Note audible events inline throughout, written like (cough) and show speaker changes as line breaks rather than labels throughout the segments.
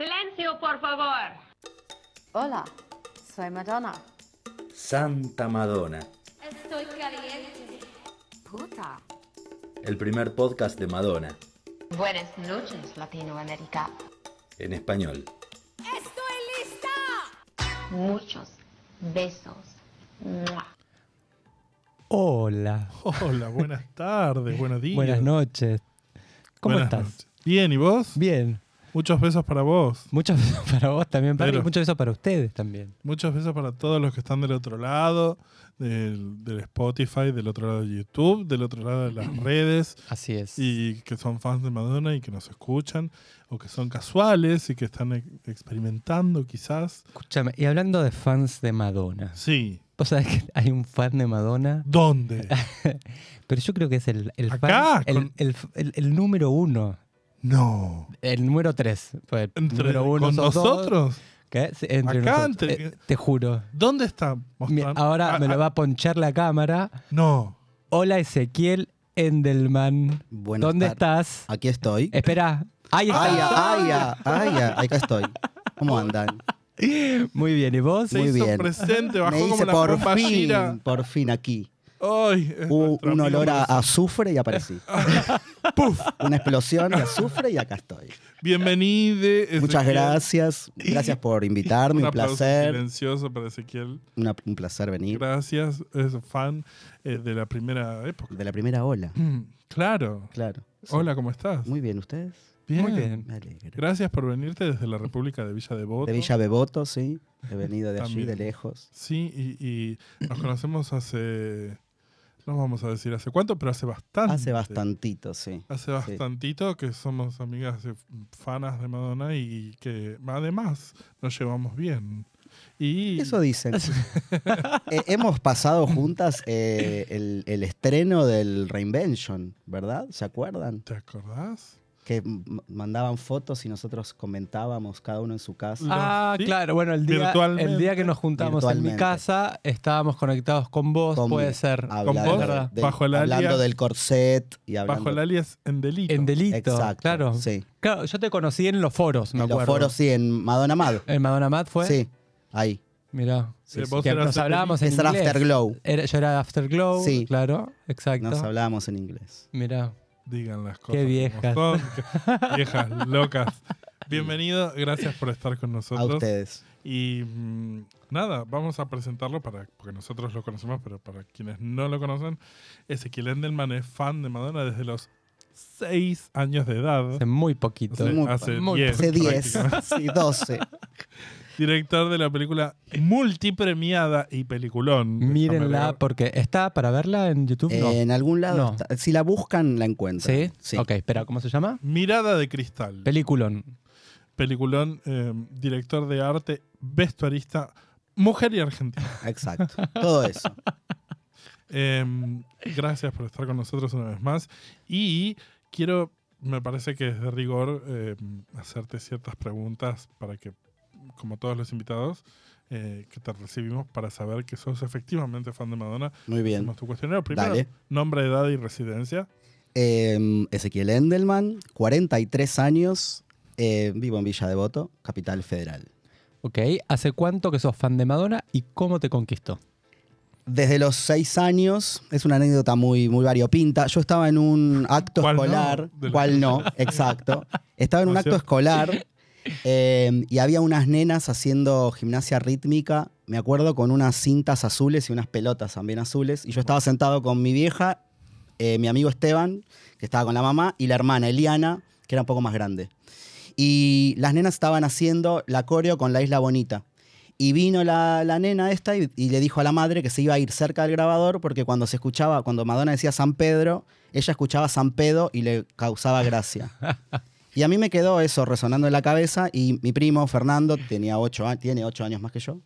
Silencio, por favor.
Hola, soy Madonna.
Santa Madonna.
Estoy caliente.
Puta.
El primer podcast de Madonna.
Buenas noches, Latinoamérica.
En español.
¡Estoy lista!
Muchos besos. ¡Mua!
Hola,
Hola, buenas tardes, buenos días.
buenas noches. ¿Cómo
Buenas
estás?
noches. Bien, ¿y vos?
Bien.
Muchos besos para vos.
Muchos besos para vos también, Pablo,
Pero-
y muchos besos para ustedes también.
Muchos besos para todos los que están del otro lado, del, del Spotify, del otro lado de YouTube, del otro lado de las redes,
Así es.
y que son fans de Madonna y que nos escuchan, o que son casuales y que están e- experimentando quizás.
Escúchame, y hablando de fans de Madonna,
Sí.
vos sabés que hay un fan de Madonna,
¿Dónde?
pero yo creo que es el, el
Acá,
fan, el,
con-
el- el- el número uno,
No.
el número tres. Pues, el
Entre,
número uno
¿Con
sos dos,
nosotros?
¿qué? Sí, entre
Acá,
nosotros.
entre-
Eh, te juro.
¿Dónde está?
Mi-
Mostrar-
ahora
Ah,
me
ah,
lo va a ponchar la cámara.
No.
Hola Ezequiel Endelman.
Buenas
¿Dónde
tar-
estás?
Aquí estoy.
Espera. Eh, Ahí está.
Ay, ay, ay, ay, ay, acá estoy. ¿Cómo andan?
Muy bien, ¿y vos?
Se
Muy
hizo
bien. (laughs)
presente,
Me
bajó como
dice
la
por
pompa
fin,
gira.
por fin aquí.
Ay, es
Hubo
nuestro
un
amigo
olor a
Marcelo.
azufre y aparecí.
(laughs) ¡Puf!
Una explosión de azufre y acá estoy.
Bienvenido.
Muchas gracias.
(laughs)
Gracias por invitarme.
Un
Un
aplauso
placer.
silencioso para Ezequiel.
Una- un placer venir.
Gracias, es fan eh, de la primera época. (clears throat)
De la primera ola.
Mm, Claro.
Claro. Sí.
Hola, ¿cómo estás?
Muy bien, ¿ustedes?
Muy bien.
Me alegro.
Gracias por venirte desde la República de Villa Devoto.
De Villa Beboto, sí. He venido de allí,
También.
de lejos.
Sí, y, y nos conocemos hace, no vamos a decir hace cuánto, pero hace bastante.
Hace bastantito, sí.
Hace bastantito que somos amigas eh, fanas de Madonna y que además nos llevamos bien. Y
Eso
(laughs)
dicen. Eh, hemos pasado juntas eh, el, el estreno del Reinvention, ¿verdad? ¿Se acuerdan?
¿Te acordás?
Que m- mandaban fotos y nosotros comentábamos cada uno en su casa.
Ah,
Sí.
claro. Bueno, el día,
Virtualmente.
el día que nos juntamos en mi
Virtualmente.
casa, estábamos conectados con vos,
Con-
puede ser.
Hablando
vos?
del-
¿Verdad?
del-
Bajo el
hablando
alias-
del corset y hablando.
Bajo el alias en delito.
En delito.
Exacto.
Claro.
Sí.
Claro, yo te conocí en los foros, me
En los
acuerdo.
foros, sí, en Madonna Mad.
¿En Madonna Mad fue?
Sí, ahí.
Mirá.
Sí,
Eh,
sí.
vos
Que
eras
nos
en
hablábamos en
Es el
inglés.
Afterglow.
Era- yo era Afterglow,
Sí.
claro. Exacto.
Nos hablábamos en inglés.
Mirá.
Digan las cosas. como
viejas.
son,
(laughs)
que- viejas, locas. Bienvenido, gracias por estar con
A
nosotros.
ustedes.
Y mm, nada, vamos a presentarlo para, porque nosotros lo conocemos, pero para quienes no lo conocen, Ezequiel Endelman es fan de Madonna desde los 6 años de edad.
Hace muy
O
poquito.
sea,
muy-
hace
muy
10,
Hace 10,
prácticamente.
sí, 12.
Director de la película multipremiada y peliculón. Déjame
Mírenla
ver.
porque está para verla en YouTube. no.
en algún lado.
No.
está- Si la buscan, la encuentran.
¿Sí? Ok, espera, ¿cómo se llama?
Mirada de cristal.
Peliculón.
peliculón, eh, director de arte, vestuarista, mujer y argentina.
(laughs) Exacto. Todo eso.
Em, gracias por estar con nosotros una vez más. Y quiero, me parece que es de rigor em, hacerte ciertas preguntas para que, como todos los invitados eh, que te recibimos, para saber que sos efectivamente fan de Madonna,
Muy bien.
hacemos tu cuestionario. Primero,
Dale.
nombre, edad y residencia.
Eh, Ezequiel Endelman, 43 años, eh, vivo en Villa Devoto, Capital Federal.
Ok, ¿hace cuánto que sos fan de Madonna y cómo te conquistó?
Desde los 6 años, es una anécdota muy, muy variopinta. Yo estaba en un acto
¿Cuál no?
escolar,
De los
cual no,
43.
exacto. Estaba en un
¿No es
acto
cierto?
escolar eh, y había unas nenas haciendo gimnasia rítmica, me acuerdo, con unas cintas azules y unas pelotas también azules. Y yo estaba sentado con mi vieja, eh, mi amigo Esteban, que estaba con la mamá, y la hermana Eliana, que era un poco más grande. Y las nenas estaban haciendo la coreo con la Isla Bonita. Y vino la, la nena esta y, y le dijo a la madre que se iba a ir cerca del grabador porque cuando se escuchaba, cuando Madonna decía San Pedro, ella escuchaba San Pedro y le causaba gracia. Y a mí me quedó eso resonando en la cabeza y mi primo Fernando tenía ocho, a- tiene ocho años más que yo.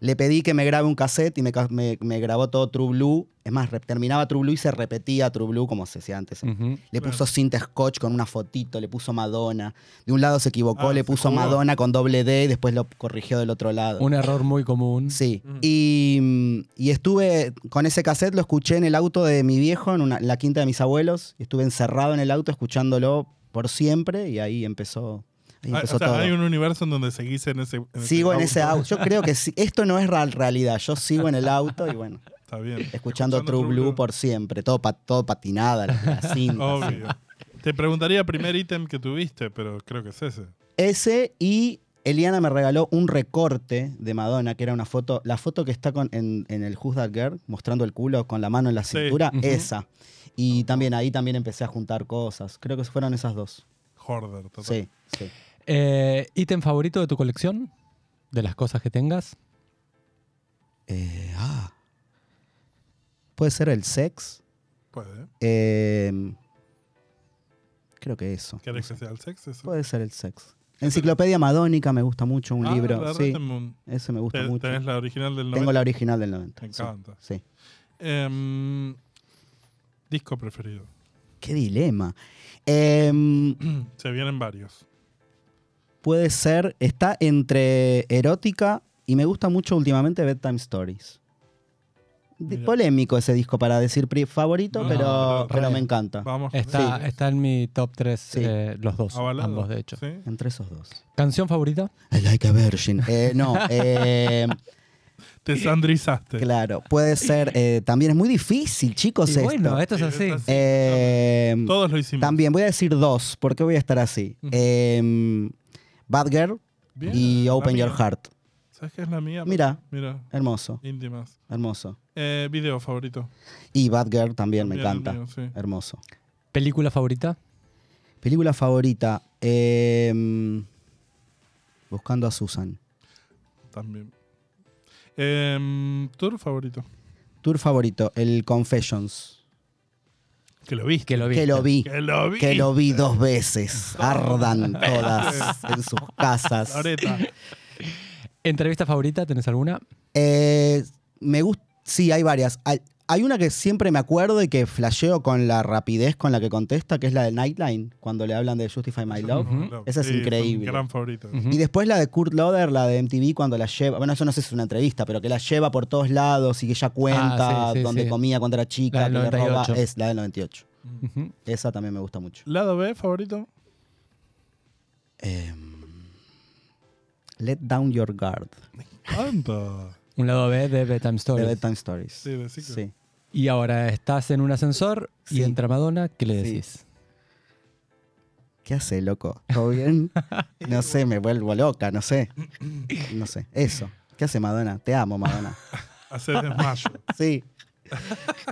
Le pedí que me grabe un cassette y me, ca- me- me grabó todo True Blue. Es más, re- terminaba True Blue y se repetía True Blue como se hacía antes.
Ujú.
Le
Claro.
puso cinta scotch con una fotito, le puso Madonna. De un lado se equivocó,
Ah,
le
se
puso
jugó.
Madonna con doble D y después lo corrigió del otro lado.
Un error muy común.
Sí.
Mm.
Y, mm, y estuve con ese cassette, lo escuché en el auto de mi viejo, en, una- en la quinta de mis abuelos. Estuve encerrado en el auto escuchándolo por siempre y ahí empezó Y
Ah,
empezó
o sea,
todo.
hay un universo en donde seguís en ese. en
Sigo en
auto.
ese auto. Yo creo que sí- esto no es ra- realidad. Yo sigo en el auto y
(laughs)
bueno,
Está bien.
escuchando, True Blue, por siempre. Todo, pa- todo patinada, la, la cinta. así.
Obvio. Te preguntaría primer ítem que tuviste, pero creo que es ese.
Ese y Eliana me regaló un recorte de Madonna, que era una foto, la foto que está con, en, en el Who's That Girl, mostrando el culo con la mano en la
Sí.
cintura,
Ujú.
esa. Y también ahí también empecé a juntar cosas. Creo que fueron esas dos.
Horder, total.
Sí, sí.
Eh, ¿Ítem favorito de tu colección? De las cosas que tengas.
Eh, ah. Puede ser el sex.
Puede.
Eh, creo que eso.
¿Querés que sea el sexo? Eso?
Puede ser el sex. Enciclopedia Madónica me gusta mucho, un
Ah,
libro.
la
Sí,
Red Moon.
ese me gusta
Te-
mucho.
Tenés la original del 90.
Tengo la original del 90.
Me
sí,
encanta.
Sí.
Em, disco preferido. (clears throat)
Qué dilema. Em,
Se vienen varios.
puede ser, está entre erótica y me gusta mucho últimamente Bedtime Stories. Di-
Mira.
polémico ese disco para decir pri- favorito,
No,
pero,
no, no,
pero
re.
me encanta.
Vamos.
Está, está en mi top 3,
Sí.
los dos.
Avalado.
Ambos, de hecho.
Sí.
Entre esos dos.
¿Canción favorita?
I like a virgin. Eh,
(laughs)
no, eh,
Te sandrizaste.
claro. Puede ser, eh, también es muy difícil, chicos,
Y
esto.
bueno, esto es
Sí,
así.
esto es-
Eh,
Todos lo hicimos.
también voy a decir dos, porque voy a estar así.
Ujú.
Em, Bad Girl
Bien,
y
la
Open
mía.
Your Heart.
¿Sabes qué es la mía?
Mira.
Mira,
Hermoso,
íntimas.
hermoso.
Eh, video favorito.
Y Bad Girl también me
Bien, el
encanta.
mío, sí.
Hermoso.
¿Película favorita?
Película favorita. em, buscando a Susan.
También. Em, tour favorito.
Tour favorito, el Confessions.
Que lo viste.
Que lo vi.
Que lo vi.
Que lo vi.
Que lo vi dos veces. Ardan todas en sus casas. (laughs)
Areta.
¿Entrevista favorita? ¿Tenés alguna?
Eh, me gusta. Sí, hay varias. Hay, hay una que siempre me acuerdo y que flasheo con la rapidez con la que contesta, que es la de Nightline, cuando le hablan de Justify My Love.
Ujú.
Esa es
Sí,
increíble.
un gran favorito.
Ujú.
Y después la de Kurt Loder, la de MTV, cuando la lleva, bueno, eso no sé si es una entrevista, pero que la lleva por todos lados y que ella cuenta
Ah, sí, sí,
dónde
sí.
comía cuando era
La
chica,
del
que le roba.
98.
Es la del 98.
Mm.
Ujú.
Esa también me gusta mucho.
Lado B favorito.
Em, Let Down Your Guard,
Anda.
Un lado B de Bedtime
de
Stories.
Bedtime Stories.
Sí, de ciclo.
Sí.
Y ahora estás en un ascensor y
Sí.
entra Madonna, ¿qué le
Sí.
decís?
¿Qué hace, loco? ¿Todo bien?
(laughs)
No sé, me vuelvo loca, no sé. No sé, eso. ¿Qué hace Madonna? Te amo, Madonna.
Hacer
(laughs)
desmayo.
Sí.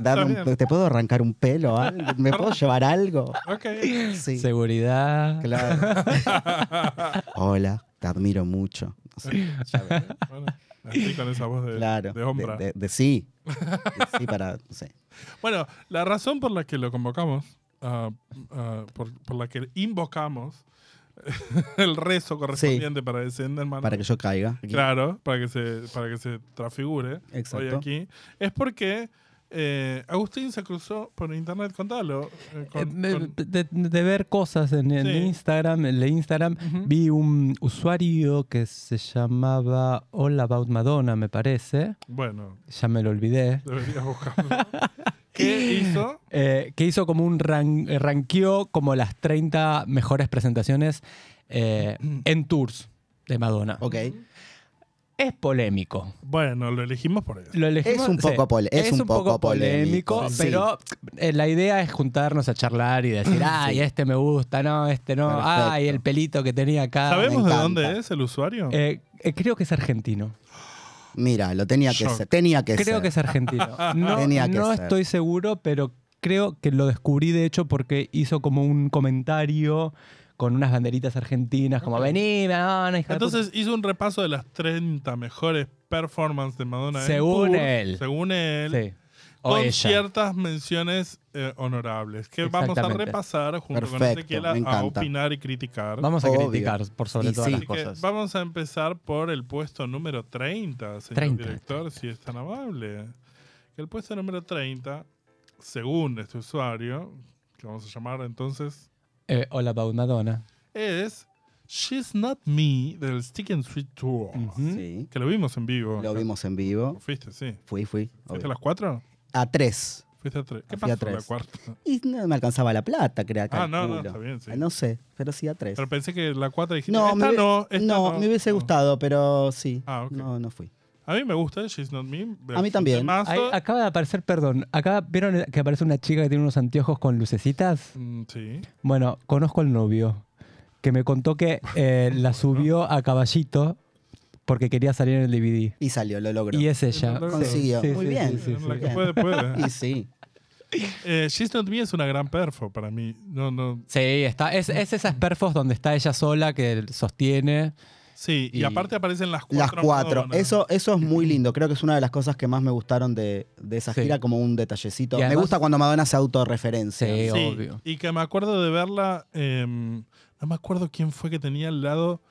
Dame un-
Está bien.
¿Te puedo arrancar un pelo? ah? ¿Me puedo llevar
(laughs)
algo?
ok.
Sí.
Seguridad.
(laughs)
Claro. Hola, te admiro mucho. No sé,
Bueno, así con esa voz de,
claro.
de hombra.
de- de sí. De sí para. no sé.
Bueno, la razón por la que lo convocamos, ah, ah, por, por la que invocamos (laughs) el rezo correspondiente para descender, hermano.
Para que yo caiga. aquí.
Claro, para que se, para que se transfigure
Exacto.
hoy aquí. Es porque eh, Agustín se cruzó por internet, contalo. eh, con-
Eh, me-
con-
de, de ver cosas en, en
Sí.
Instagram, en la Instagram, vi un usuario que se llamaba All About Madonna, me parece.
bueno,
Ya me lo olvidé.
deberías buscarlo.
(laughs)
¿Qué hizo?
Eh, que hizo como un ran, eh, ranqueó como las 30 mejores presentaciones eh, en tours de Madonna.
Ok.
Es polémico.
Bueno, lo elegimos por eso.
Lo elegimos-
Es un poco pole- es un poco polémico, sí.
pero eh, la idea es juntarnos a charlar
(laughs)
y decir, ay, este me gusta, no, este no,
Perfecto.
ay, el pelito que tenía acá.
¿Sabemos de
encanta.
dónde es el usuario?
Eh, eh, creo que es argentino.
Mira, lo tenía que
Shock.
ser. Tenía que
creo
ser.
que
(laughs)
es argentino. No,
Tenía que
no
ser.
estoy seguro, pero creo que lo descubrí de hecho porque hizo como un comentario con unas banderitas argentinas, como vení, Madonna, hija de puta".
Entonces hizo un repaso de las 30 mejores performances de Madonna. en
Según
tour,
él.
Según él.
Sí. O
Con
ella.
ciertas menciones eh, honorables que vamos a
Exactamente.
repasar junto con
Perfecto,
Ezequiel a,
me
a
encanta.
opinar y criticar.
Vamos a
Obvio.
criticar por sobre
Y
todas
sí.
las
Así que
cosas.
vamos a empezar por el puesto número 30, señor
30.
director, si es tan amable. El puesto número 30, según este usuario, que vamos a llamar entonces,
Eh, hola, Pau Madonna.
es She's Not Me del Stick and Sweet Tour.
Ujú.
¿Mm?
Sí.
Que lo vimos en vivo.
Lo
acá.
vimos en vivo.
Fuiste, sí.
Fui, fui.
¿Fuiste
obvio.
a las 4?
A tres.
Fuiste a tres. ¿Qué
Fui a
pasó
tres. (laughs)
la cuarta?
Y no me alcanzaba la plata, creo.
Ah, no, no,
calculo.
está bien, sí.
No sé, pero sí a tres.
Pero pensé que la cuarta dijiste,
no,
esta
me,
no,
hubie-
esta
no,
no.
me hubiese
no.
gustado, pero sí.
Ah, ok.
No, no fui.
A mí me gusta She's Not Me.
A mí también.
Temazo.
Ahí acaba de aparecer, perdón, acá vieron que aparece una chica que tiene unos anteojos con lucecitas.
Mm, sí.
Bueno, conozco al novio que me contó que eh, la subió a caballito porque quería salir en el DVD.
Y salió, lo logró.
Y es ella.
Lo
consiguió. Muy bien.
sí, sí.
la que
sí.
puede,
(laughs)
puede.
Y sí.
Eh, She's Not Me es una gran perfo para mí. No, no.
Sí, está. Es, es esas perfos donde está ella sola que sostiene.
Sí, y,
Y-
aparte aparecen las
Las
cuatro.
cuatro.
Madonas.
Eso, eso es muy lindo. Creo que es una de las cosas que más me gustaron de, de esa
Sí.
gira, como un detallecito.
Y además-
me gusta cuando Madonna se autorreferencia.
Sí.
Sí,
obvio.
Y que me acuerdo de verla. em, no me acuerdo quién fue que tenía al lado.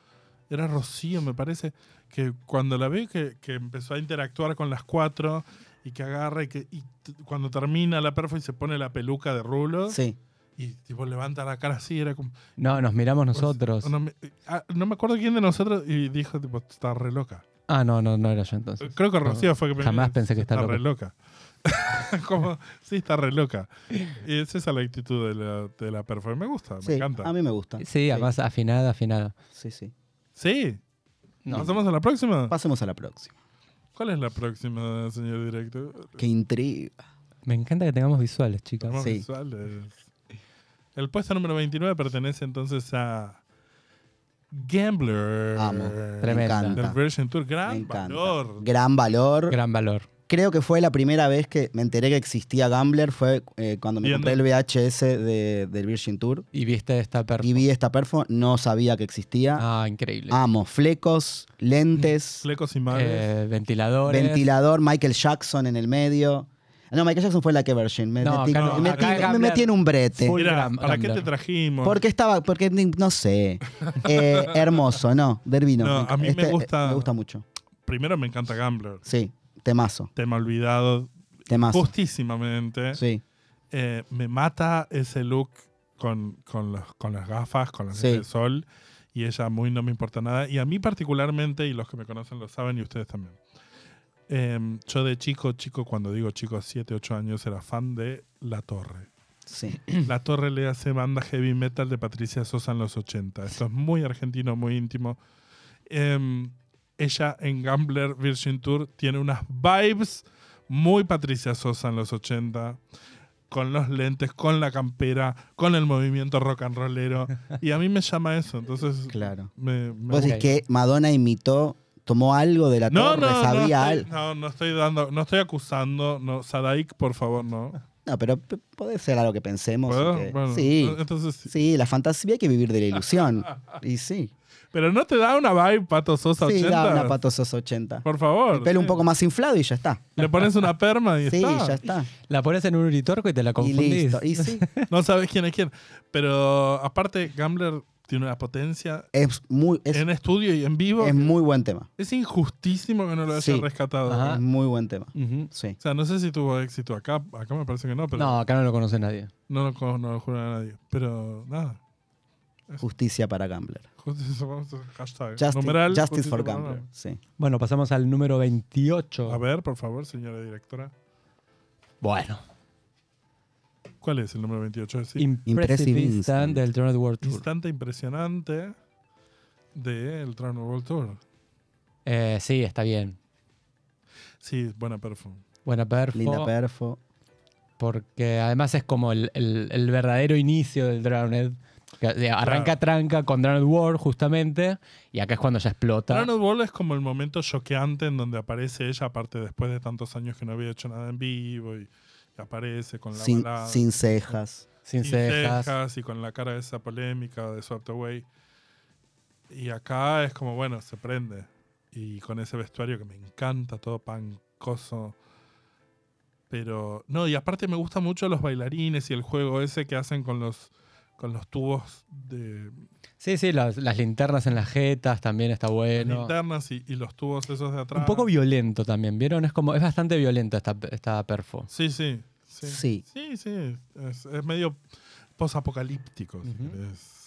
Era Rocío, me parece. Que cuando la vi, que, que empezó a interactuar con las cuatro y que agarra y que y t- cuando termina la perfo y se pone la peluca de rulo
Sí.
y tipo levanta la cara así, era como.
No, nos miramos nosotros.
No me, ah, no me acuerdo quién de nosotros y dijo, tipo, está re loca.
Ah, no, no, no era yo entonces.
Eh, Creo que Rocío fue que me-
Jamás pensé que
está
estaba
re loca. (laughs) Como, sí, está re loca. Y esa es la actitud de la, de la perfo. Me gusta, me
Sí,
encanta.
a mí me gusta.
Sí, además afinada, afinada.
Sí, sí.
Sí.
No.
¿Pasamos a la próxima?
Pasemos a la próxima.
¿Cuál es la próxima, señor director?
Qué intriga.
Me encanta que tengamos visuales, chicas.
Tenemos
Sí.
visuales. El puesto número 29 pertenece entonces a Gambler.
Amo. Me
Tremenda.
Del
encanta.
Virgin Tour.
Me
Gran
encanta.
valor.
Gran valor.
Gran valor.
Creo que fue la primera vez que me enteré que existía Gambler. Fue eh, cuando me
Viendo.
compré el VHS de- del Virgin Tour.
Y viste esta perfo.
Y vi esta perfo. No sabía que existía.
Ah, increíble.
Amo. Flecos, lentes,
Flecos y males.
Eh, ventiladores.
ventilador, Michael Jackson en el medio. No, Michael Jackson fue la que Virgin. Me,
No,
metí,
acá
no,
me
acá
metí-
es
me metí en un brete.
Full
Mira,
Gam-
¿para qué te
Gambler.
trajimos?
Porque estaba, porque ni- no sé. Eh, hermoso, no. Derby no.
No,
enca-
a mí me
eh,
gusta-
Me gusta mucho.
Primero me encanta Gambler.
Sí, temazo.
Tema olvidado
Temazo.
justísimamente.
Sí,
Eh, me mata ese look con, con, los- con las gafas, con las
Sí.
gafas de sol. Y ella muy no me importa nada. Y a mí particularmente, y los que me conocen lo saben y ustedes también. Eh, yo de chico, chico, cuando digo chico, 7, 8 años, era fan de La Torre.
sí.
La Torre le hace banda heavy metal de Patricia Sosa en los 80. Esto es muy argentino, muy íntimo. Em, ella en Gambler Virgin Tour tiene unas vibes muy Patricia Sosa en los 80. Con los lentes, con la campera, con el movimiento rock and rollero. Y a mí me llama eso. Entonces,
Claro.
me- me
Vos
gusta.
decís que Madonna imitó, tomó algo de la
no,
torre,
no, no,
sabía
estoy,
algo.
no, no estoy dando, no estoy acusando. No, Sadaik, por favor, no.
No, pero p- puede ser algo que pensemos.
¿Puedo?
que-
Bueno,
sí,
entonces sí.
sí, la fantasía hay que vivir de la
(laughs)
ilusión. Y sí,
Pero no te da una vibe Pato Sosa
sí,
80.
da una patosos 80.
Por favor.
El pelo un
sí.
poco más inflado y ya está.
Le pones una perma
(laughs)
y
Sí,
está.
ya está.
La pones en un uritorco y te la
Y
confundís.
listo. Y sí,
No sabes quién es quién. Pero aparte, Gambler tiene una potencia
es muy, es,
en estudio y en vivo.
es muy buen tema.
Es injustísimo que no lo haya
Sí.
rescatado.
Ajá. Ah.
Es muy buen tema.
Ujú.
Sí.
O sea, no sé si tuvo éxito acá. Acá me parece que no, pero
No, acá no lo conoce nadie.
no, lo, con- no lo jura nadie. Pero nada.
Justicia para Gambler.
Justicia, vamos a- hashtag.
Justice,
Numeral,
Justice for
justicia para
Gambler. Sí.
Bueno, pasamos al número
Gambler. A
28.
ver, por favor, señora directora.
Bueno.
¿Cuál es el número 28? Sí.
Impressive
Impressive
Instant
Instant.
del Journal World Tour.
Instante impresionante del Travel World Tour.
Eh, sí, está bien.
Sí, buena perfume.
Buena perfo.
Linda perfo.
Porque además es como el, el- el verdadero inicio del Drowned. Que, o sea, Arranca tranca con Drowned World, justamente. Y acá es cuando ya explota.
Dragon Ball es como el momento choqueante en donde aparece ella, aparte después de tantos años que no había hecho nada en vivo y, y aparece con la
Sin,
balada,
sin cejas.
sin cejas.
y con la cara de esa polémica de Swept Away. Y acá es como, bueno, se prende. Y con ese vestuario que me encanta, todo pancoso. Pero, no, y aparte me gustan mucho los bailarines y el juego ese que hacen con los, con los tubos de
Sí, sí, las, las linternas en las jetas también está bueno.
linternas y, y los tubos esos de atrás.
Un poco violento también, ¿vieron? Es como, es bastante violenta esta, esta perfo.
Sí, sí. Sí,
Sí.
sí. sí, Es, es medio posapocalíptico. si
Ujú.
querés.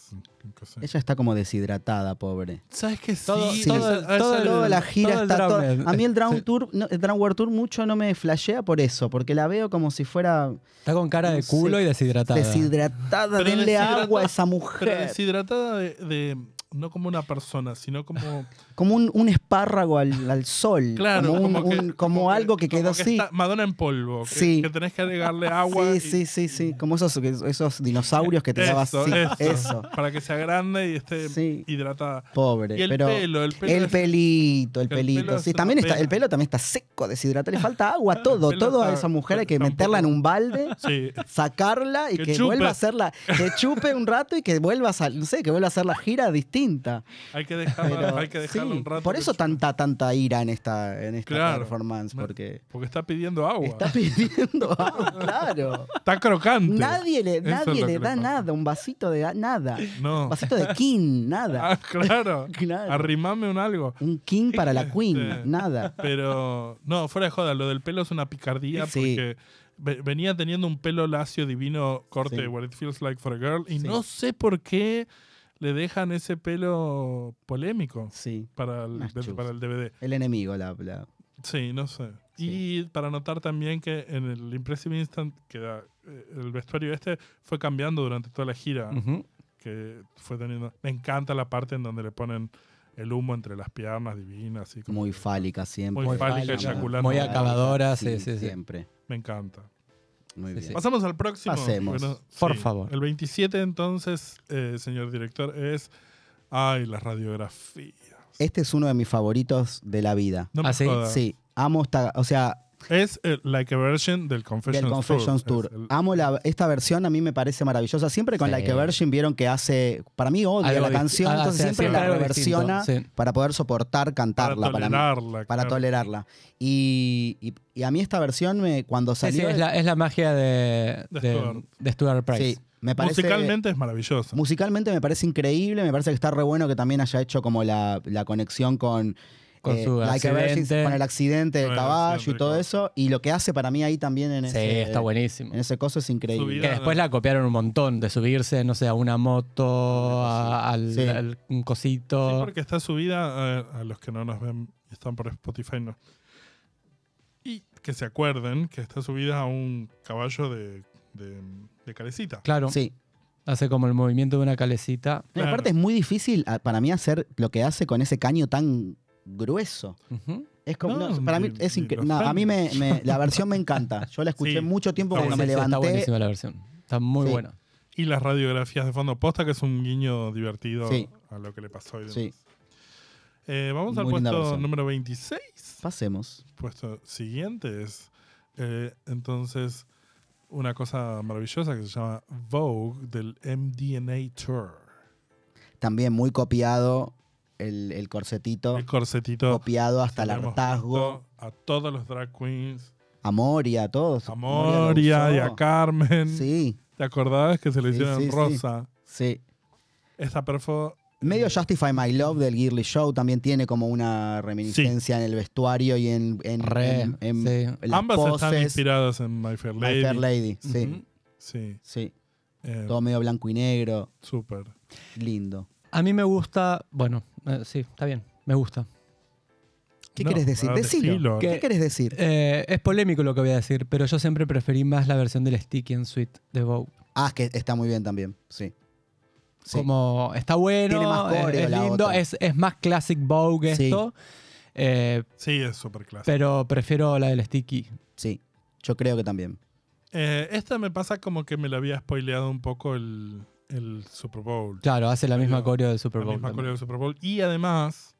que sé.
Ella está como deshidratada, pobre.
¿Sabes qué?
Todo-
sí,
todo-
esa-
todo
esa-
el-
Toda la gira
todo el
está todo-
Drumhead.
A mí el Drown
Sí.
Tour, no, el Drown World Tour mucho no me flashea por eso, porque la veo como si fuera
Está con cara de
No sé.
culo y deshidratada.
deshidratada.
Pero
Denle
deshidrata-
agua a esa
Pero
mujer.
deshidratada de, de- No como una persona, sino como.
Como un, un espárrago al, al sol.
(laughs) Claro,
como, un-
que-
un- como algo que
como
quedó así.
está Madonna en polvo. Que,
Sí.
que tenés que agregarle agua.
sí,
y-
sí, sí, sí. Como esos, esos dinosaurios que te daba
Eso,
así.
eso.
Eso.
Para que sea grande y esté
Sí.
hidratada.
Pobre.
Y el
pero
pelo, el pelo. es-
pelito, el
el pelo
pelito.
es
Sí,
una
también está,
pena.
el pelo también está seco, deshidratado. Le falta
(laughs)
agua, todo,
pelo
todo a
está-
esa mujer hay que
está un
meterla en
poco-
un balde.
Sí.
Sacarla y
Que
que,
chupe.
vuelva a hacerla, que chupe un rato y que vuelva a sal- no sé, que vuelva a hacer la gira distinta.
Hay que dejarla,
Pero,
Ah, hay que dejarla
sí,
un rato.
Por
que
eso
chupe.
tanta, tanta ira en esta, en esta
Claro.
performance,
Me-
porque
Porque está pidiendo agua.
está
Está,
pidiendo (laughs) agua, claro.
crocante.
Nadie le,
Eso es lo
nadie
que
le da
pasa.
nada, un vasito de a- nada.
No.
Un vasito de king, nada.
Ah, (laughs) claro.
Claro.
Arrimame un algo.
Un king para la
Este,
queen, nada.
Pero, no, fuera de joda, lo del pelo es una picardía
Sí.
porque ve- venía teniendo un pelo lacio divino corte
Sí.
What It Feels Like for a Girl y
Sí.
no sé por qué le dejan ese pelo polémico
Sí,
para el,
Unas chus.
para el DVD.
el enemigo, la, la-
Sí, no sé. Y para notar también que en el Impressive Instant, que da, eh, el vestuario este fue cambiando durante toda la gira
Ujú.
que fue teniendo. Me encanta la parte en donde le ponen el humo entre las piernas divinas, así como
muy
que-
fálica siempre.
Muy fálica,
Fálica,
eyaculando.
Muy acabadora, sí, sí, sí.
Siempre.
Me encanta.
Muy
Sí,
bien.
sí.
Pasamos al próximo.
Pasemos.
Por favor.
El 27 entonces, eh, señor director, es... Ay, la radiografía.
Este es uno de mis favoritos de la vida.
No me
Ah, ¿sí?
jodas.
Sí, amo esta, o sea,
Es eh, Like a Version del Confessions,
del Confessions Tour. Ah,
Es el-
Amo la- esta versión, a mí me parece maravillosa. Siempre con
Sí.
Like a Virgin vieron que hace, para mí odia
Algo
la
disti-
canción,
ah,
entonces
o sea,
siempre,
siempre
la
algo distinto,
reversiona
sí.
para poder soportar
para
cantarla para, mí,
tolerarla.
para
claro.
tolerarla. Y, y- y a mí esta versión me, cuando
Sí, sí,
salió
es, la, es la magia de,
De
de-
Stuart.
de Stuart Price.
sí, me parece
Musicalmente es maravilloso.
Musicalmente me parece increíble, me parece que está re bueno que también haya hecho como la, la conexión con, eh,
Con su
Like a Virgin,
accidente.
con el accidente del
Con el
caballo
accidente
y
del
todo
caballo.
eso. Y lo que hace para mí ahí también en,
Sí,
ese,
está buenísimo.
en ese coso es increíble.
vida
Que después la copiaron un montón, de subirse, no sé, a una moto, a- al,
Sí.
al- un
Sí,
cosito.
porque está subida eh, a, a los que no nos ven y están por Spotify. No. Y que se acuerden que está subida a un caballo de, de, de carecita.
claro,
Sí.
hace como el movimiento de una
No,
calecita.
y
Claro.
aparte es muy difícil a- para mí hacer lo que hace con ese caño tan grueso.
Ujú.
Es como,
No,
no, para mí
ni-
es
ni
incre-
los
no, a
fans.
mí me, me- la versión me encanta.
(laughs)
Yo la escuché
Sí.
mucho tiempo
Está
cuando
Sí,
me
sí, está
levanté.
buenísima la versión. Está muy
Sí.
buena.
Y las radiografías de fondo posta, que es un guiño divertido
Sí.
a lo que le pasó. hoy
Sí.
vamos al
Muy linda
puesto
versión.
número 26.
Pasemos.
puesto siguiente es eh, entonces una cosa maravillosa que se llama Vogue del MDNA Tour.
También muy copiado el, el corsetito,
El corsetito
copiado hasta Oh. el
lo hemos
hartazgo.
visto a todos los drag queens,
A Moria, a todos.
a
lo
Moria y a
usó.
Carmen.
Sí,
¿Te acordabas que se le
Sí,
hicieron
sí, sí.
rosa?
sí.
Esta perfo
Medio Justify My Love del Girly Show también tiene como una reminiscencia en el vestuario y en, en,
Re,
en- en
sí.
las
ambas están
poses.
inspiradas en My Fair
My
Lady.
Fair Lady, sí,
Ujú.
Sí,
sí.
eh,
Todo medio blanco y negro,
súper.
lindo.
A mí me gusta, bueno, eh, sí, está bien, me gusta.
¿Qué
No,
querés decir?
ah,
Decilo.
decilo.
¿Qué
Que-
querés decir?
Eh, es polémico lo que voy a decir, pero yo siempre preferí más la versión del Sticky and Sweet de Vogue.
Ah, es que está muy bien también, sí. Sí.
Como está bueno,
Tiene más
es-
coreo
es,
la
lindo,
otra.
es, es más classic Vogue
Sí.
esto, eh,
Sí, es súper clásico.
pero prefiero la del Sticky.
Sí, yo creo que también.
Eh, esta me pasa como que me la había spoileado un poco el, el Super Bowl.
Claro, hace la misma
Pero
coreo del Super
la
Bowl.
misma
también.
coreo del Super Bowl. Y además,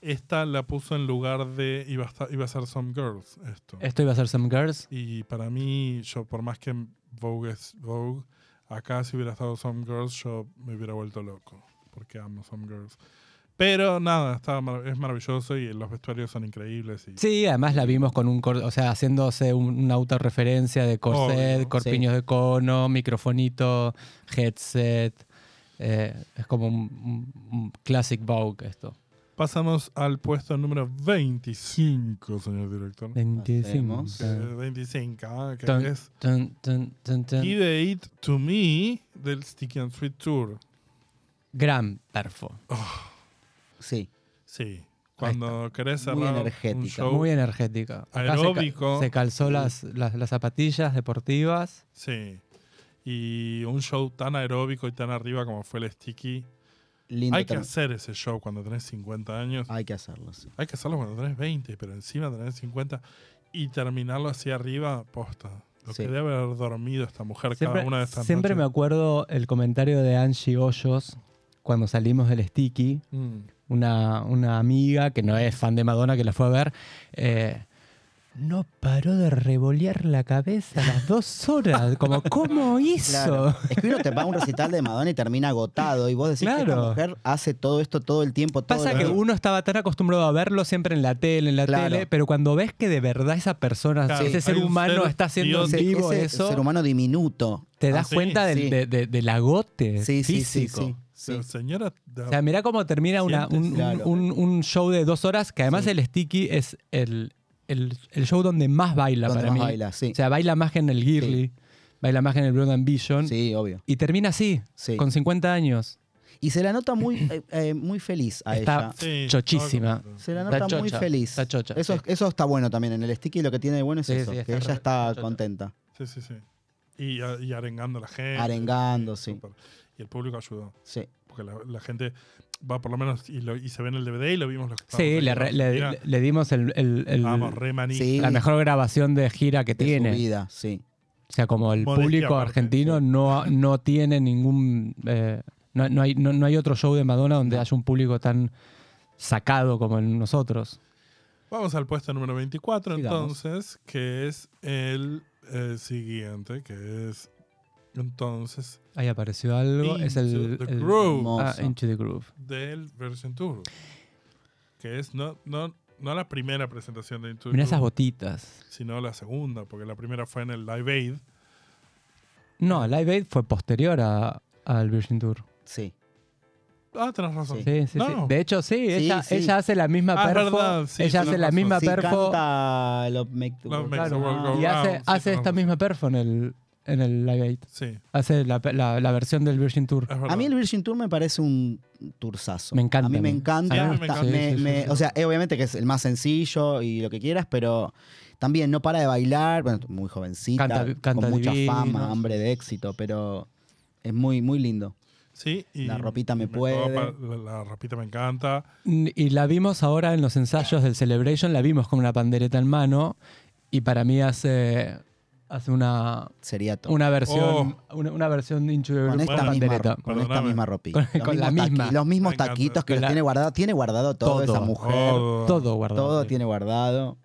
esta la puso en lugar de. Iba a, estar- iba a ser Some Girls, esto.
Esto iba a ser Some Girls.
Y para mí, yo, por más que Vogue es Vogue, acá si hubiera estado Some Girls, yo me hubiera vuelto loco. Porque amo Some Girls. Pero nada, está, mar- es maravilloso y los vestuarios son increíbles. Y,
Sí, además la vimos con un cor- o sea, haciéndose un- una autorreferencia de corset,
Obvio,
corpiños de cono, microfonito, headset. Eh, es como un, un- un classic Vogue esto.
Pasamos al puesto número 25, señor director.
Hacemos.
Que- 25, ah, que
Tan-
Eh, es
Tun, tun, tun, tun.
Give It To Me del Sticky and Sweet Tour.
gran perfo.
Sí.
Sí. Cuando querés cerrar
Muy
un
energética.
show,
Muy energética. Acá se ca-
Oh. Aeróbico.
Se, calzó las, las- las zapatillas deportivas.
sí. Y un show tan aeróbico y tan arriba como fue el Sticky.
Lindo Ah.
Hay que
tema.
hacer ese show cuando tenés 50 años.
Hay que hacerlo, sí.
Hay que hacerlo cuando tenés 20, pero encima tenés 50 y terminarlo así arriba, posta. Lo
Sí.
que debe haber dormido esta mujer
Siempre,
cada una de estas
siempre me
noches.
acuerdo el comentario de Angie Hoyos cuando salimos del Sticky.
Mm.
una, una amiga que no es fan de Madonna que la fue a ver. eh, no paró de revolear la cabeza a las dos horas. Como,
(laughs)
¿cómo hizo?
Claro. Es que uno te va a un recital de Madonna y termina agotado. Y vos decís que esta
Claro.
mujer hace todo esto todo el tiempo. Todo
Pasa
el
que
tiempo.
uno estaba tan acostumbrado a verlo siempre en la tele, en la
Claro.
tele, pero cuando ves que de verdad esa persona,
Claro,
ese
hay
ser
un
humano
ser
está haciendo en
Dios.
Ese-
vivo
ese
eso,
ser humano diminuto.
te
Ah,
das
sí,
cuenta del,
sí.
de- de- del agote
Sí, sí, sí,
físico.
sí.
Pero
sí.
señora, da-
O sea, mirá cómo termina una- un,
Sientes,
un-
claro.
un- un show de dos horas, que además el Sticky es el, el- el show donde más baila
Donde
para
más
mí.
baila, sí.
O sea, baila más que en el Girly, baila más que en el Blood Ambition.
Sí, obvio.
Y termina así,
Sí.
con 50 años.
Y se la nota
(clears throat)
muy, eh, eh, muy feliz a
Está
ella.
Sí,
chochísima.
no, no, no.
Se la
está
nota muy
chocha,
feliz.
está chocha,
Eso,
sí.
eso está bueno también. En el sticky lo que tiene de bueno es
Sí,
eso,
sí, está
que
re-
ella está
chocha.
contenta.
Sí, sí, sí. Y, a- y arengando a la gente.
Arengando, sí.
súper. Y el público ayudó.
Sí.
Porque la, la gente va por lo menos y, lo- y se ve en el DVD y lo vimos los que
Sí,
estábamos
le,
ahí,
re-
¿no?
le-
Mira,
le- le dimos el- el- el-
Vamos, re manija.
Sí.
la mejor grabación de gira que
De su
tiene.
vida, sí.
O sea, como el
Modestia
público
aparte,
argentino
sí.
no, no tiene ningún... eh, no, no hay, no- no hay otro show de Madonna donde haya un público tan sacado como en nosotros.
Vamos al puesto número 24
Sigamos.
entonces, que es el, eh, siguiente, que es entonces
Ahí apareció algo. es el,
Into the
el-
Groove
Ah,
Hermoso.
Into the Groove.
del Version Tour. Que es no, no, no la primera presentación de Into the
Mirá esas
Groove,
botitas.
sino la segunda, porque la primera fue en el Live Aid.
No, Live Aid fue posterior a- al Virgin Tour.
Sí.
Ah, tenés razón.
Sí, sí, sí.
No.
De hecho, sí, ella,
sí.
ella hace la misma
Ah, es
perfo.
verdad, sí,
ella
tenés
hace la
razón.
misma
Sí,
perfo.
canta Love Make the
Love
World
Makes the
Go
World
Round.
Go
y hace,
Round, sí,
hace
tenés
esta
razón.
misma perfo en el, en el Live Aid.
Sí,
Hace la, la- la versión del Virgin Tour.
es verdad.
A mí el Virgin Tour me parece un tursazo.
Me encanta
A mí
a
me
mí.
encanta.
Sí, a mí me
Está-
encanta.
me-
Sí, sí,
me-
sí, sí.
O sea, eh, obviamente que es el más sencillo y lo que quieras, pero también no para de bailar. Bueno, muy jovencita,
Canta- canta
con mucha
divino.
fama, hambre de éxito, pero es muy, muy lindo.
Sí, y
La ropita me puede.
copa, La, la ropita me encanta.
N- Y la vimos ahora en los ensayos del Celebration, la vimos con una pandereta en mano. Y para mí hace, hace una,
Sería todo.
una versión,
Oh.
una, una versión de Into the
con
Groove
esta, misma,
con pandereta.
con esta
Perdóname.
misma ropita.
Con-
Los
con la
mismos
misma.
taqui- los mismos
Me encanta.
taquitos que
Con
los
la-
tiene guardado. Tiene guardado todo,
Todo.
esa mujer.
Oh,
Todo guardado.
Todo tiene guardado.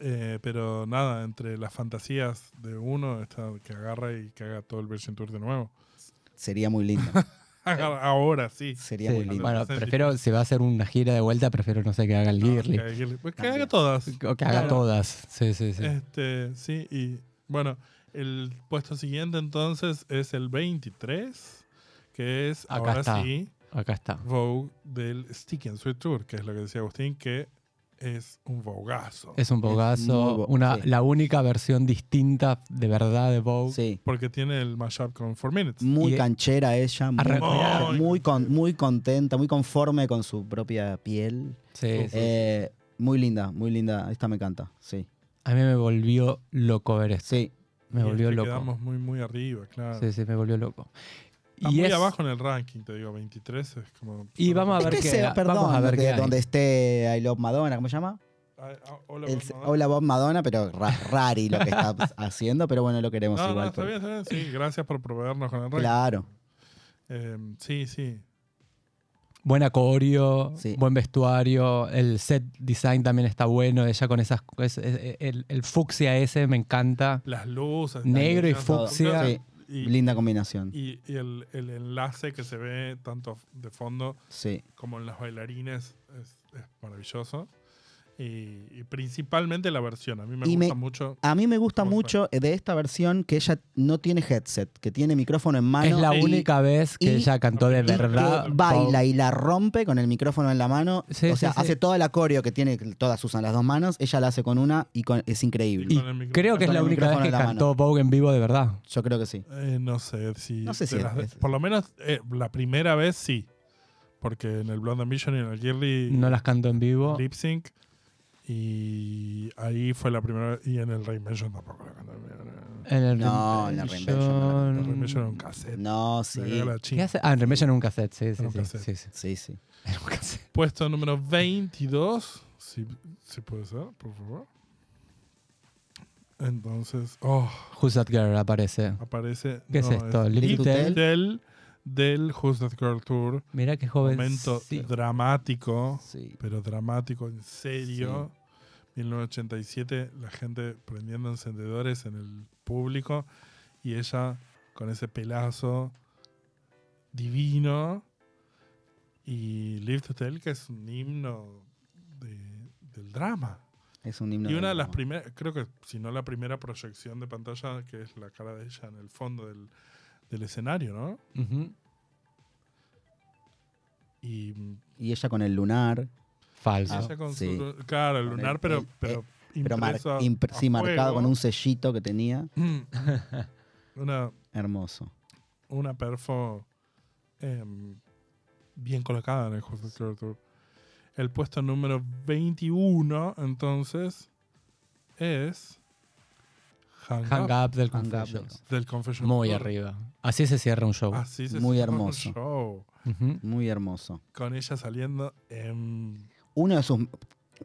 Eh, pero nada, entre las fantasías de uno está que agarra y que haga todo el Virgin Tour de nuevo. (laughs)
Sería muy lindo.
Agarra ahora sí.
Sería
Sí,
muy lindo.
Bueno, prefiero, si va a hacer una gira de vuelta, prefiero, no sé, que haga el
No,
Girly.
que- que- Ah, pues que
También.
haga todas.
O que haga
Claro.
todas. Sí, sí, sí.
Este, sí, y bueno, el puesto siguiente entonces es el 23, que es
Acá
ahora
está.
sí
Acá está.
Vogue del Sticky and Sweet Tour, que es lo que decía Agustín, que es un vogazo.
Es un
muy
bogazo.
bo-
una,
sí.
La única versión distinta de verdad de Vogue.
Sí.
Porque tiene el mashup con 4 Minutes.
Muy
Y- e
canchera ella, muy,
Arrancó.
canchera,
Ay.
muy, con- muy contenta, muy conforme con su propia piel.
Sí, sí.
Eh, muy linda, muy linda. Esta me encanta, sí.
A mí me volvió loco ver esto.
Sí,
Me
Y
volvió
este
loco.
Quedamos muy, muy arriba, claro.
Sí, sí, me volvió loco.
Está
Y,
muy
es-
abajo en el ranking, te digo, 23 es como...
Y vamos A
es
ver
que
qué-
se va, perdón,
vamos a ver
de
qué hay.
donde esté I Love Madonna, ¿cómo se llama?
Ah, ah, hola,
El-
vos, ¿no?
Hola Bob Madonna, pero ra- rari lo que
(laughs)
está haciendo, pero bueno, lo queremos
No, no,
igual.
está
porque-
bien, está bien. Sí, gracias por proveernos con el ranking.
Claro,
Eh, sí, sí.
buen acorio,
Sí.
buen vestuario, el set design también está bueno. Ella con esas. es- es- el, el fucsia ese me encanta.
Las luces.
Negro y
las luces,
fucsia.
las
Sí,
luces, y-
linda combinación.
Y, y el, el enlace que se ve tanto de fondo
Sí,
como en las bailarines es, es maravilloso. Y, y principalmente la versión. A mí me
Y
gusta
me-
mucho.
a mí me gusta
Vamos a ver.
mucho de esta versión que ella no tiene headset, que tiene micrófono en mano.
es la
y-
única vez que
y-
ella cantó de
y que
que
verdad.
baila
Vogue.
y la rompe con el micrófono en la mano.
Sí,
o
sí,
sea,
sí.
hace toda la coreo que tiene, que todas usan las dos manos, ella la hace con una y con- es increíble.
con el micrófono.
Creo que es
Con
la
el
única vez
micrófono
que
en la mano.
cantó Vogue en vivo de verdad.
Yo creo que sí.
Eh, no sé si.
No sé
de
si es-
las-
es-
por lo menos eh, la primera vez sí. porque en el Blonde Ambition y en el Girly
No las canto en vivo.
Lip Sync. Y ahí fue la primera. Y en el Reinvention tampoco la cantaron. En
En el
No, en la
El
Reinvention
Reinvention era un cassette.
No,
Se
sí.
le cagó la
Mm, ¿Qué
chinga.
hace? Ah, en Remission en un cassette, sí, sí,
un
sí,
cassette.
sí, sí.
Sí, sí.
Era un cassette.
Puesto número 22. Si, si puede ser, por favor. Entonces, oh,
Who's That Girl aparece.
aparece.
¿Qué es
no,
esto? Lip
Lip
Lip
to Tell.
Tell.
Del, del Who's That Girl Tour.
Mirá qué joven.
Momento
sí.
dramático,
sí.
pero dramático, en serio. 1987, la gente prendiendo encendedores en el público y ella con ese pelazo divino. Y Live to Tell, que es un himno de- del drama.
Es un himno.
y una de
del
las
drama.
primeras, creo que si no la primera proyección de pantalla, que es la cara de ella en el fondo del, del escenario, ¿no?
Ujú.
Y mm,
Y ella con el lunar.
Falso.
ella con
Ah, sí.
su lu- claro, el
Con el-
lunar, pero,
el-
pero,
Pero mar-
impreso a-
impre-
a
sí, marcado
fuego.
con un sellito que tenía.
Mm. (laughs) una,
Hermoso.
una perfo em, bien colocada en el José Club Tour. El puesto número 21, entonces, es Hang,
Hang
Up
Up del
Hang Up del
Confessions.
del Ah, Confession
Muy
Tour.
arriba. Así se cierra un show.
Así se
Muy
cierra un
hermoso.
show,
Ujú.
Muy hermoso.
con ella saliendo en
Uno de sus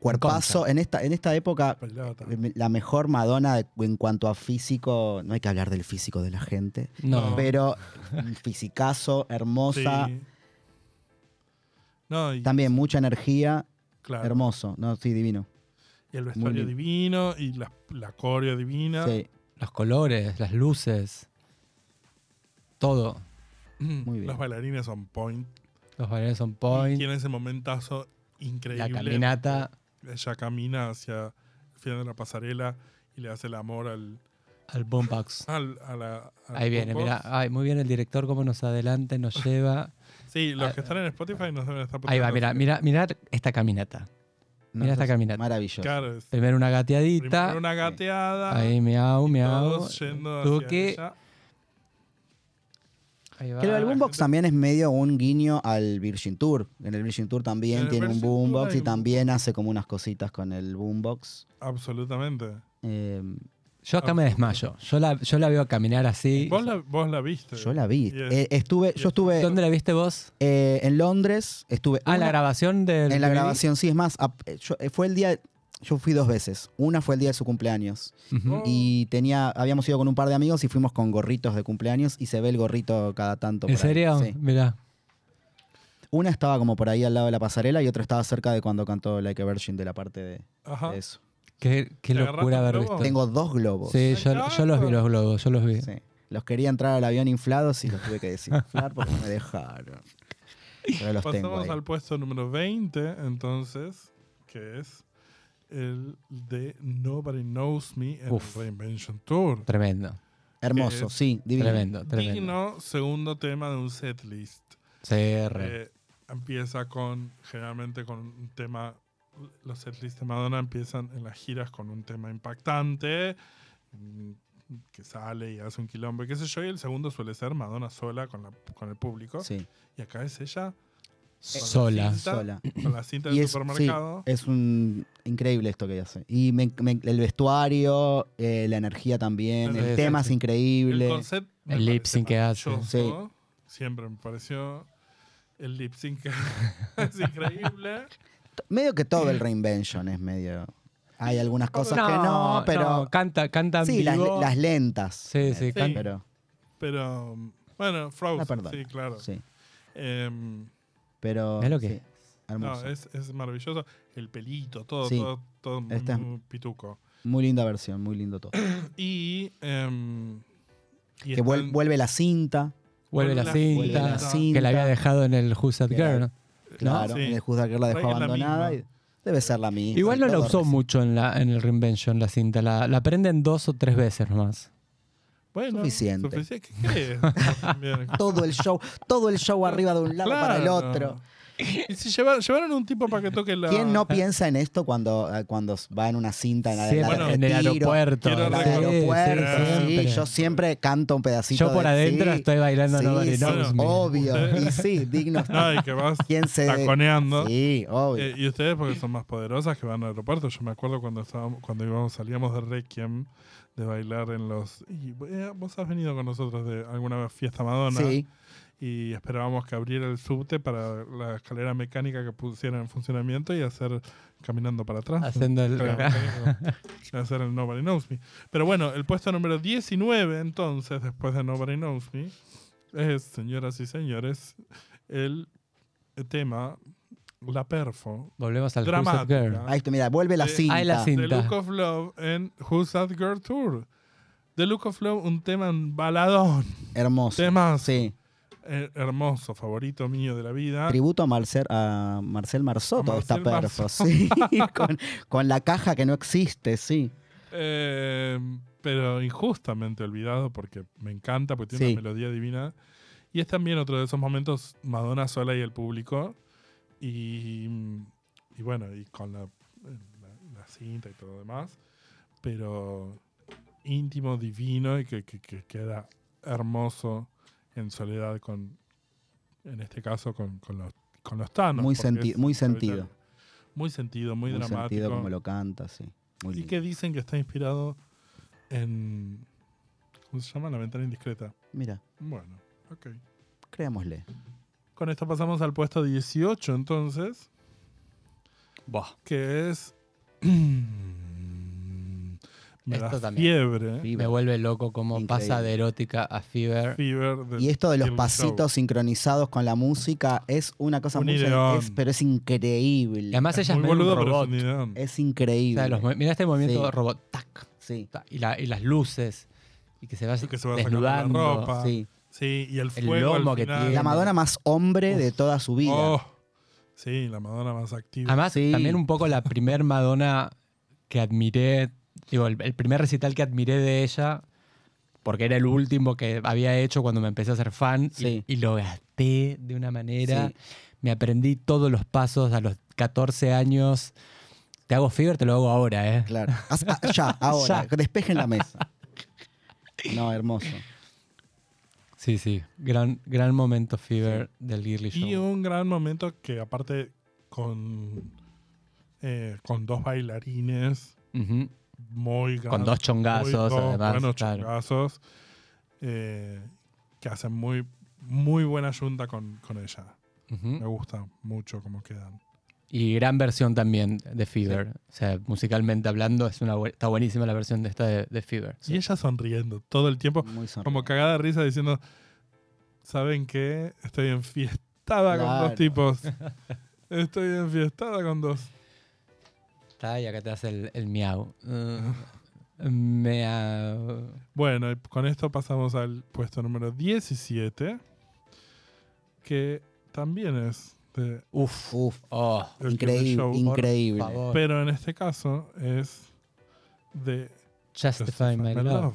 cuerpazos. En esta, en esta época,
pelota.
la mejor Madonna de- en cuanto a físico. No hay que hablar del físico de la gente.
No.
Pero un fisicazo, hermosa.
Sí. No, y,
También mucha energía.
claro,
Hermoso. No, sí, divino.
y el vestuario
lindo.
divino y la, la coreo divina.
Sí,
Los colores, las luces. Todo.
Muy bien.
Mm. Los bailarines on point.
Los bailarines on
Y
point.
tiene ese momentazo increíble.
La caminata
Ella camina hacia el final de la pasarela y le hace el amor al.
al boombox.
al- a la, (laughs) al
Ahí viene,
grupo.
mirá. Ay, muy bien el director, cómo nos adelanta, y
(laughs)
nos lleva.
Sí, los
Ah,
que están en Spotify nos deben estar
Ahí va,
puteando.
mira, mira, mirá esta caminata.
No,
Mirá esta
es
caminata.
Maravilloso.
Claro, es-
Primero una
primero
gateadita.
una gateada.
Ahí miau, miau.
todos yendo hacia
Tuki.
ella.
Ahí va.
Que lo del
la
boombox
gente-
también es medio un guiño al Virgin Tour. En el Virgin Tour
En
también
el
tiene un
Virgin Tour
boombox
hay
y
un
también hace como unas cositas con el boombox.
Absolutamente.
Eh,
Yo acá me desmayo. Yo la, yo la veo caminar así.
Vos la, vos la viste.
yo la vi.
Y es-
Eh, estuve,
y es-
yo estuve
¿Dónde la viste vos?
eh, en Londres, estuve
Ah,
una-
la grabación del.
en la
DVD.
grabación, sí, es más, ap- eh, yo- eh, fue el día, yo fui dos veces. Una fue el día de su cumpleaños
Ujú.
Oh.
y tenía, habíamos ido con un par de amigos y fuimos con gorritos de cumpleaños y se ve el gorrito cada tanto.
¿En
por ahí.
serio?
Sí.
Mirá.
Una estaba como por ahí al lado de la pasarela y otra estaba cerca de cuando cantó Like a Virgin de la parte de-
Ajá.
de eso.
Qué, qué
¿Te agarraste
locura haber
un globo?
visto.
Tengo dos globos.
Sí, yo, yo los vi, los globos, yo los vi.
Sí. Los quería entrar al avión inflados y los tuve que desinflar porque me dejaron. Pero los tengo.
Pasamos
ahí.
al puesto número 20, entonces, que es el de Nobody Knows Me en
Uf.
el Reinvention Tour.
Tremendo,
Hermoso,
es
sí, divino.
tremendo, tremendo.
Digno segundo tema de un setlist.
Sí, re.
Eh, empieza con, generalmente con un tema, los setlists de Madonna empiezan en las giras con un tema impactante, mm, que sale y hace un quilombo y qué sé yo, y el segundo suele ser Madonna sola con, la- con el público.
Sí,
Y acá es ella
Sola.
Está-
sola.
con la cinta
Y
del
es, sí,
supermercado.
es un increíble esto que hace. Y me- me- el vestuario, eh, la energía también,
Sí,
el
sí,
tema
sí.
es increíble.
El concept me
El lip
parece
sync que hace.
maravilloso. Siempre me pareció el lip sync (laughs) es increíble.
Medio que todo el reinvention es medio. Hay algunas cosas que no, pero.
no, canta, canta en
sí, las,
vivo.
las lentas.
Sí, sí,
can-
Pero,
Pero bueno, Frozen,
La perdona.
sí, claro.
Ah, sí.
Em,
Pero.
Mirá lo que
sí,
es.
hermoso.
no, es, es maravilloso. El pelito, todo,
Sí.
todo, todo muy,
Esta es-
muy pituco.
Muy linda versión, muy lindo todo.
Y, em, y
que vuel-
están-
vuelve la cinta,
Vuelve la cinta.
vuelve la cinta.
Que la había dejado en el Who's That
Que la-
Girl. ¿no?
claro,
Eh, Sí.
en el Juzga que la
Por ahí
dejó
es la
abandonada.
misma.
y debe ser la misma.
Igual no la
todo
usó
reci-
mucho en, la, en el Reinvention la cinta. La, la prenden dos o tres veces nomás.
bueno,
Suficiente. (laughs)
sufici- ¿Qué crees? También.
Todo el show, todo el show arriba de un lado para el
Claro.
otro.
Y si lleva- llevaron un tipo para que toque la.
¿Quién no piensa en esto cuando, eh, cuando va en una cinta en, la-
Siempre
la-
Bueno,
en el
retiro,
aeropuerto.
quiero
en el
recordar-
aeropuerto,
Sí,
sí,
siempre.
yo siempre canto un pedacito.
Yo por
de-
adentro
sí,
estoy bailando
sí, sí,
Nobody Knows Me.
Obvio, y sí,
(laughs)
digno.
No, y que vas
¿Quién se
taconeando.
Sí, obvio.
Eh, y ustedes porque son más poderosas que van al aeropuerto. Yo me acuerdo cuando estábamos, cuando íbamos, salíamos de Requiem de bailar en los. y, eh, vos has venido con nosotros de alguna fiesta Madonna
sí,
y esperábamos que abriera el subte para la escalera mecánica que pusiera en funcionamiento y hacer caminando para atrás.
Haciendo el-
Escalera mecánica, no. hacer el Nobody Knows Me. Pero bueno, el puesto número 19 entonces, después de Nobody Knows Me, es, señoras y señores, el tema La Perfo
(laughs) Volvemos al Who's That Girl.
dramática.
ahí está, mira, vuelve la
Eh,
cinta.
ahí la cinta.
The Look of Love en Who's That Girl Tour. The Look of Love, un tema en baladón.
Hermoso.
Temas
Sí,
eh, hermoso, favorito mío de la vida.
tributo a Marcel, a Marcel Marzotto,
A
esta
Marcel
perfo, sí,
(laughs)
con, con la caja que no existe, sí.
Eh, pero injustamente olvidado porque me encanta, porque tiene
Sí.
una melodía divina. Y es también otro de esos momentos, Madonna sola y el público. Y, mm, y bueno, y con la, eh, la- la cinta y todo lo demás. Pero íntimo, divino y que, que- que queda hermoso en soledad con, en este caso, con, con los, con los Thanos.
Muy
porque
senti-
es
muy sentido.
Muy sentido, muy,
Muy
dramático.
sentido como lo canta, sí. Muy
Y
lindo.
que dicen que está inspirado en. ¿Cómo se llama? La ventana indiscreta.
Mira,
Bueno, ok.
creámosle.
Con esto pasamos al puesto 18, entonces,
Buah.
que es. (clears throat) Me
Esto
da
también.
fiebre.
Me vuelve loco cómo
Increíble.
pasa de erótica a Fever.
Fever de
Y esto de los
Kill
pasitos
Show.
sincronizados con la música es una cosa
Un
muy
ideón.
es- pero es
Y
increíble.
además ella es
Muy
medio un
boludo, pero
robot.
es un ideón.
es
O sea,
increíble.
los mo- mirá este movimiento
Sí.
robot. Tac,
sí,
tac, y, la- y las luces. Y que se va,
Y que se va sacando la
desnudando.
ropa.
sí.
Sí, y el
El
fuego. al
lomo que
final.
tiene.
La Madonna más hombre de toda su vida.
Oh, sí, la Madonna más activa.
Además,
Sí.
también un poco la primer Madonna que admiré, digo, el, el primer recital que admiré de ella, porque era el último que había hecho cuando me empecé a ser fan, y-
Sí.
y, lo gasté de una manera.
Sí.
Me aprendí todos los pasos a los 14 años. Te hago fever, te lo hago ahora, ¿eh?
Claro. Haz- ah, ya,
(laughs)
ahora.
Ya.
Despejen la
(laughs)
mesa. No, hermoso.
Sí, sí. Gran, gran momento fever del Girly Show.
Y un gran momento que aparte con, eh, con dos bailarines
Ujú.
muy grandes.
Con dos chongazos, además,
Buenos
claro.
chongazos eh, que hacen muy, muy buena yunta con, con ella.
Ujú.
Me gusta mucho cómo quedan.
Y gran versión también de Fever. O sea, musicalmente hablando, es una, bu- está buenísima la versión de esta de, de Fever.
Y ella sonriendo todo el tiempo,
Muy sonriente.
como cagada de risa diciendo, ¿saben qué? Estoy enfiestada con
Claro.
(laughs)
dos tipos. Estoy enfiestada con dos.
Está y acá te hace el, el
(laughs)
miau. Mm, miau.
Bueno, y con esto pasamos al puesto número 17, que también es de...
Uf.
Uf,
Oh.
El Kill
increíble,
Show.
increíble.
Por favor.
Pero en este caso es de...
Justify my love.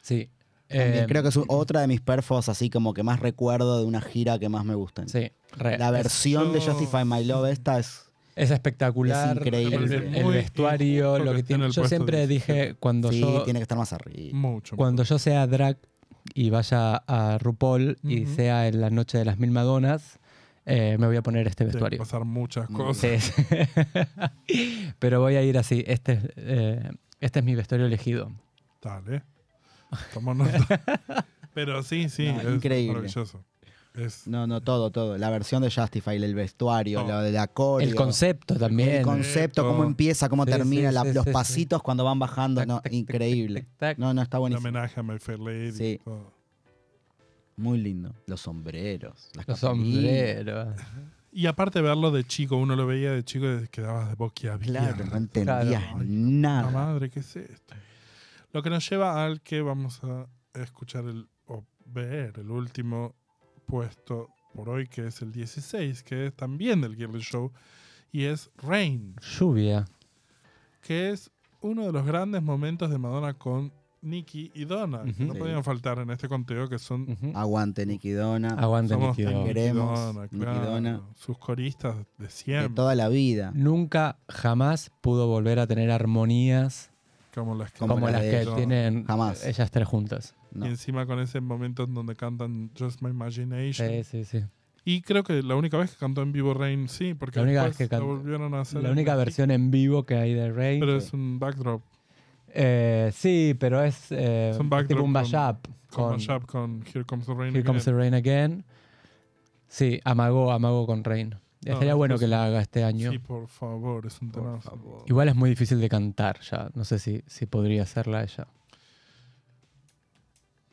Sí.
También
Eh,
creo que es u- otra de mis perfos así como que más recuerdo de una gira que más me gustan.
Sí. eh, re.
La versión de
Esto-
Justify My Love esta es
Es espectacular.
Es increíble.
El,
Me parece
el
muy
vestuario,
injusto
lo
que
que
esté en
tiene.
el
Yo
puesto
siempre
17.
dije, cuando
sí,
yo
tiene que estar más arriba.
Mucho.
Cuando yo sea drag y vaya a RuPaul y
Ujú.
sea en la noche de las mil Madonas, eh, me voy a poner este
Tienen que
vestuario.
pasar muchas
Muy
cosas.
Sí, sí. (laughs) Pero voy a ir así. Este, es, eh, este es mi vestuario elegido.
Dale.
(laughs)
Toma nota. Pero sí, sí,
No,
es
increíble. Mm,
maravilloso. Es
No, no, todo, todo. La versión de Justify, el vestuario,
Todo.
lo de la coreo.
Oh. El concepto también. Oh.
El concepto, cómo empieza, cómo
Sí,
termina,
sí,
la-
sí,
los
sí, sí.
pasitos cuando van bajando.
Tac,
No,
tac, tac,
increíble.
(laughs) tac, tac, tac.
No, no, está
un
buenísimo.
homenaje a My Fair Lady.
Sí.
y todo.
Muy lindo. Los sombreros. Las
Los
capelitas.
sombreros.
Y aparte verlo de chico, uno lo veía de chico y quedabas de boquiabierto.
Claro, no entendías
Claro. La
nada.
madre, ¿qué es esto? Lo que nos lleva al que vamos a escuchar el, o ver el último puesto por hoy, que es el 16, que es también del Girly Show, y es Rain,
Lluvia.
que es uno de los grandes momentos de Madonna con Nicky y Donald.
Ujú.
No
Sí.
podían faltar en este conteo que son
Ujú.
Aguante, Nikidona.
Ah, Aguante,
Somos
Nicky Doll.
Nicky
Queremos
Dona,
Nicky
claro.
Dona.
Sus coristas de
De
siempre,
toda la vida.
Nunca, jamás pudo volver a tener armonías
como las que
como,
Como la
las
de
que
ellos.
tienen
Jamás.
ellas tres juntas.
No.
Y encima con ese momento en donde cantan Just My Imagination.
Sí, sí, sí.
Y creo que la única vez que cantó en vivo Rain, sí, porque
La única
después
vez que
la
cantó-
volvieron a hacer.
La
en
única
Nicky,
versión en vivo que hay de Rey.
Pero es un backdrop.
Eh, sí, pero es, eh,
Es un backdrop
tipo un
con-
mashup.
Con,
Con,
mashup con Here Comes the Rain.
Here Comes the
Again.
Rain Again. Sí, amagó, amagó con Rain.
No,
Estaría bueno
entonces-
que la haga este año.
Ah, pues Sí, por favor, es un tema.
Por favor.
Igual es muy difícil de cantar ya. No sé si, si podría hacerla ella.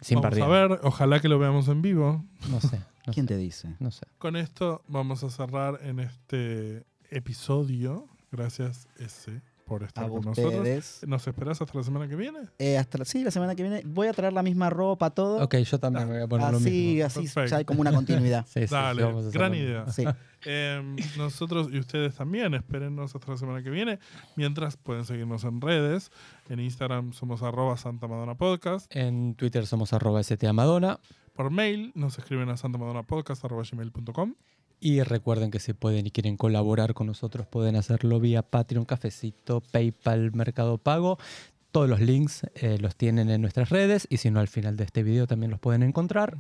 Sin
vamos
perder.
a ver, ojalá que lo veamos en vivo.
No sé. No
¿Quién
sé,
te dice?
no sé.
Con esto vamos a cerrar en este episodio. Gracias, S, por estar
A
con nosotros.
ustedes.
¿Nos esperás hasta la semana que viene?
Eh, hasta, la- sí, la semana que viene voy a traer la misma ropa, todo.
Ok, yo también me voy a poner lo
así,
mismo.
así,
Perfecto.
ya hay como una continuidad.
(laughs) Sí, sí, sí,
Dale,
vamos a hacer
gran
lo mismo.
idea.
Sí.
Em, nosotros y ustedes también, espérennos hasta la semana que viene. Mientras pueden seguirnos en redes. En Instagram somos arroba Santa Madonna Podcast.
En Twitter somos arroba STA Madonna.
Por mail nos escriben a santamadonnapodcast.com.
Y recuerden que si pueden y quieren colaborar con nosotros, pueden hacerlo vía Patreon, Cafecito, PayPal, Mercado Pago. Todos los links eh, los tienen en nuestras redes y si no, al final de este video también los pueden encontrar.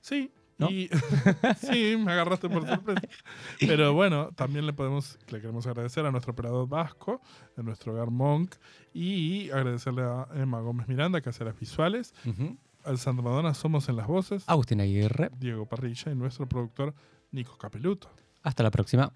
Sí.
¿No?
Y, (laughs) sí, me agarraste por sorpresa. Pero bueno, también le podemos, le queremos agradecer a nuestro operador vasco, a nuestro hogar Monk, y agradecerle a Emma Gómez Miranda que hace las visuales,
Ujú.
al Santa Madonna Somos en las Voces,
Agustín Aguirre,
Diego Parrilla y nuestro productor Nico Capeluto.
hasta la próxima.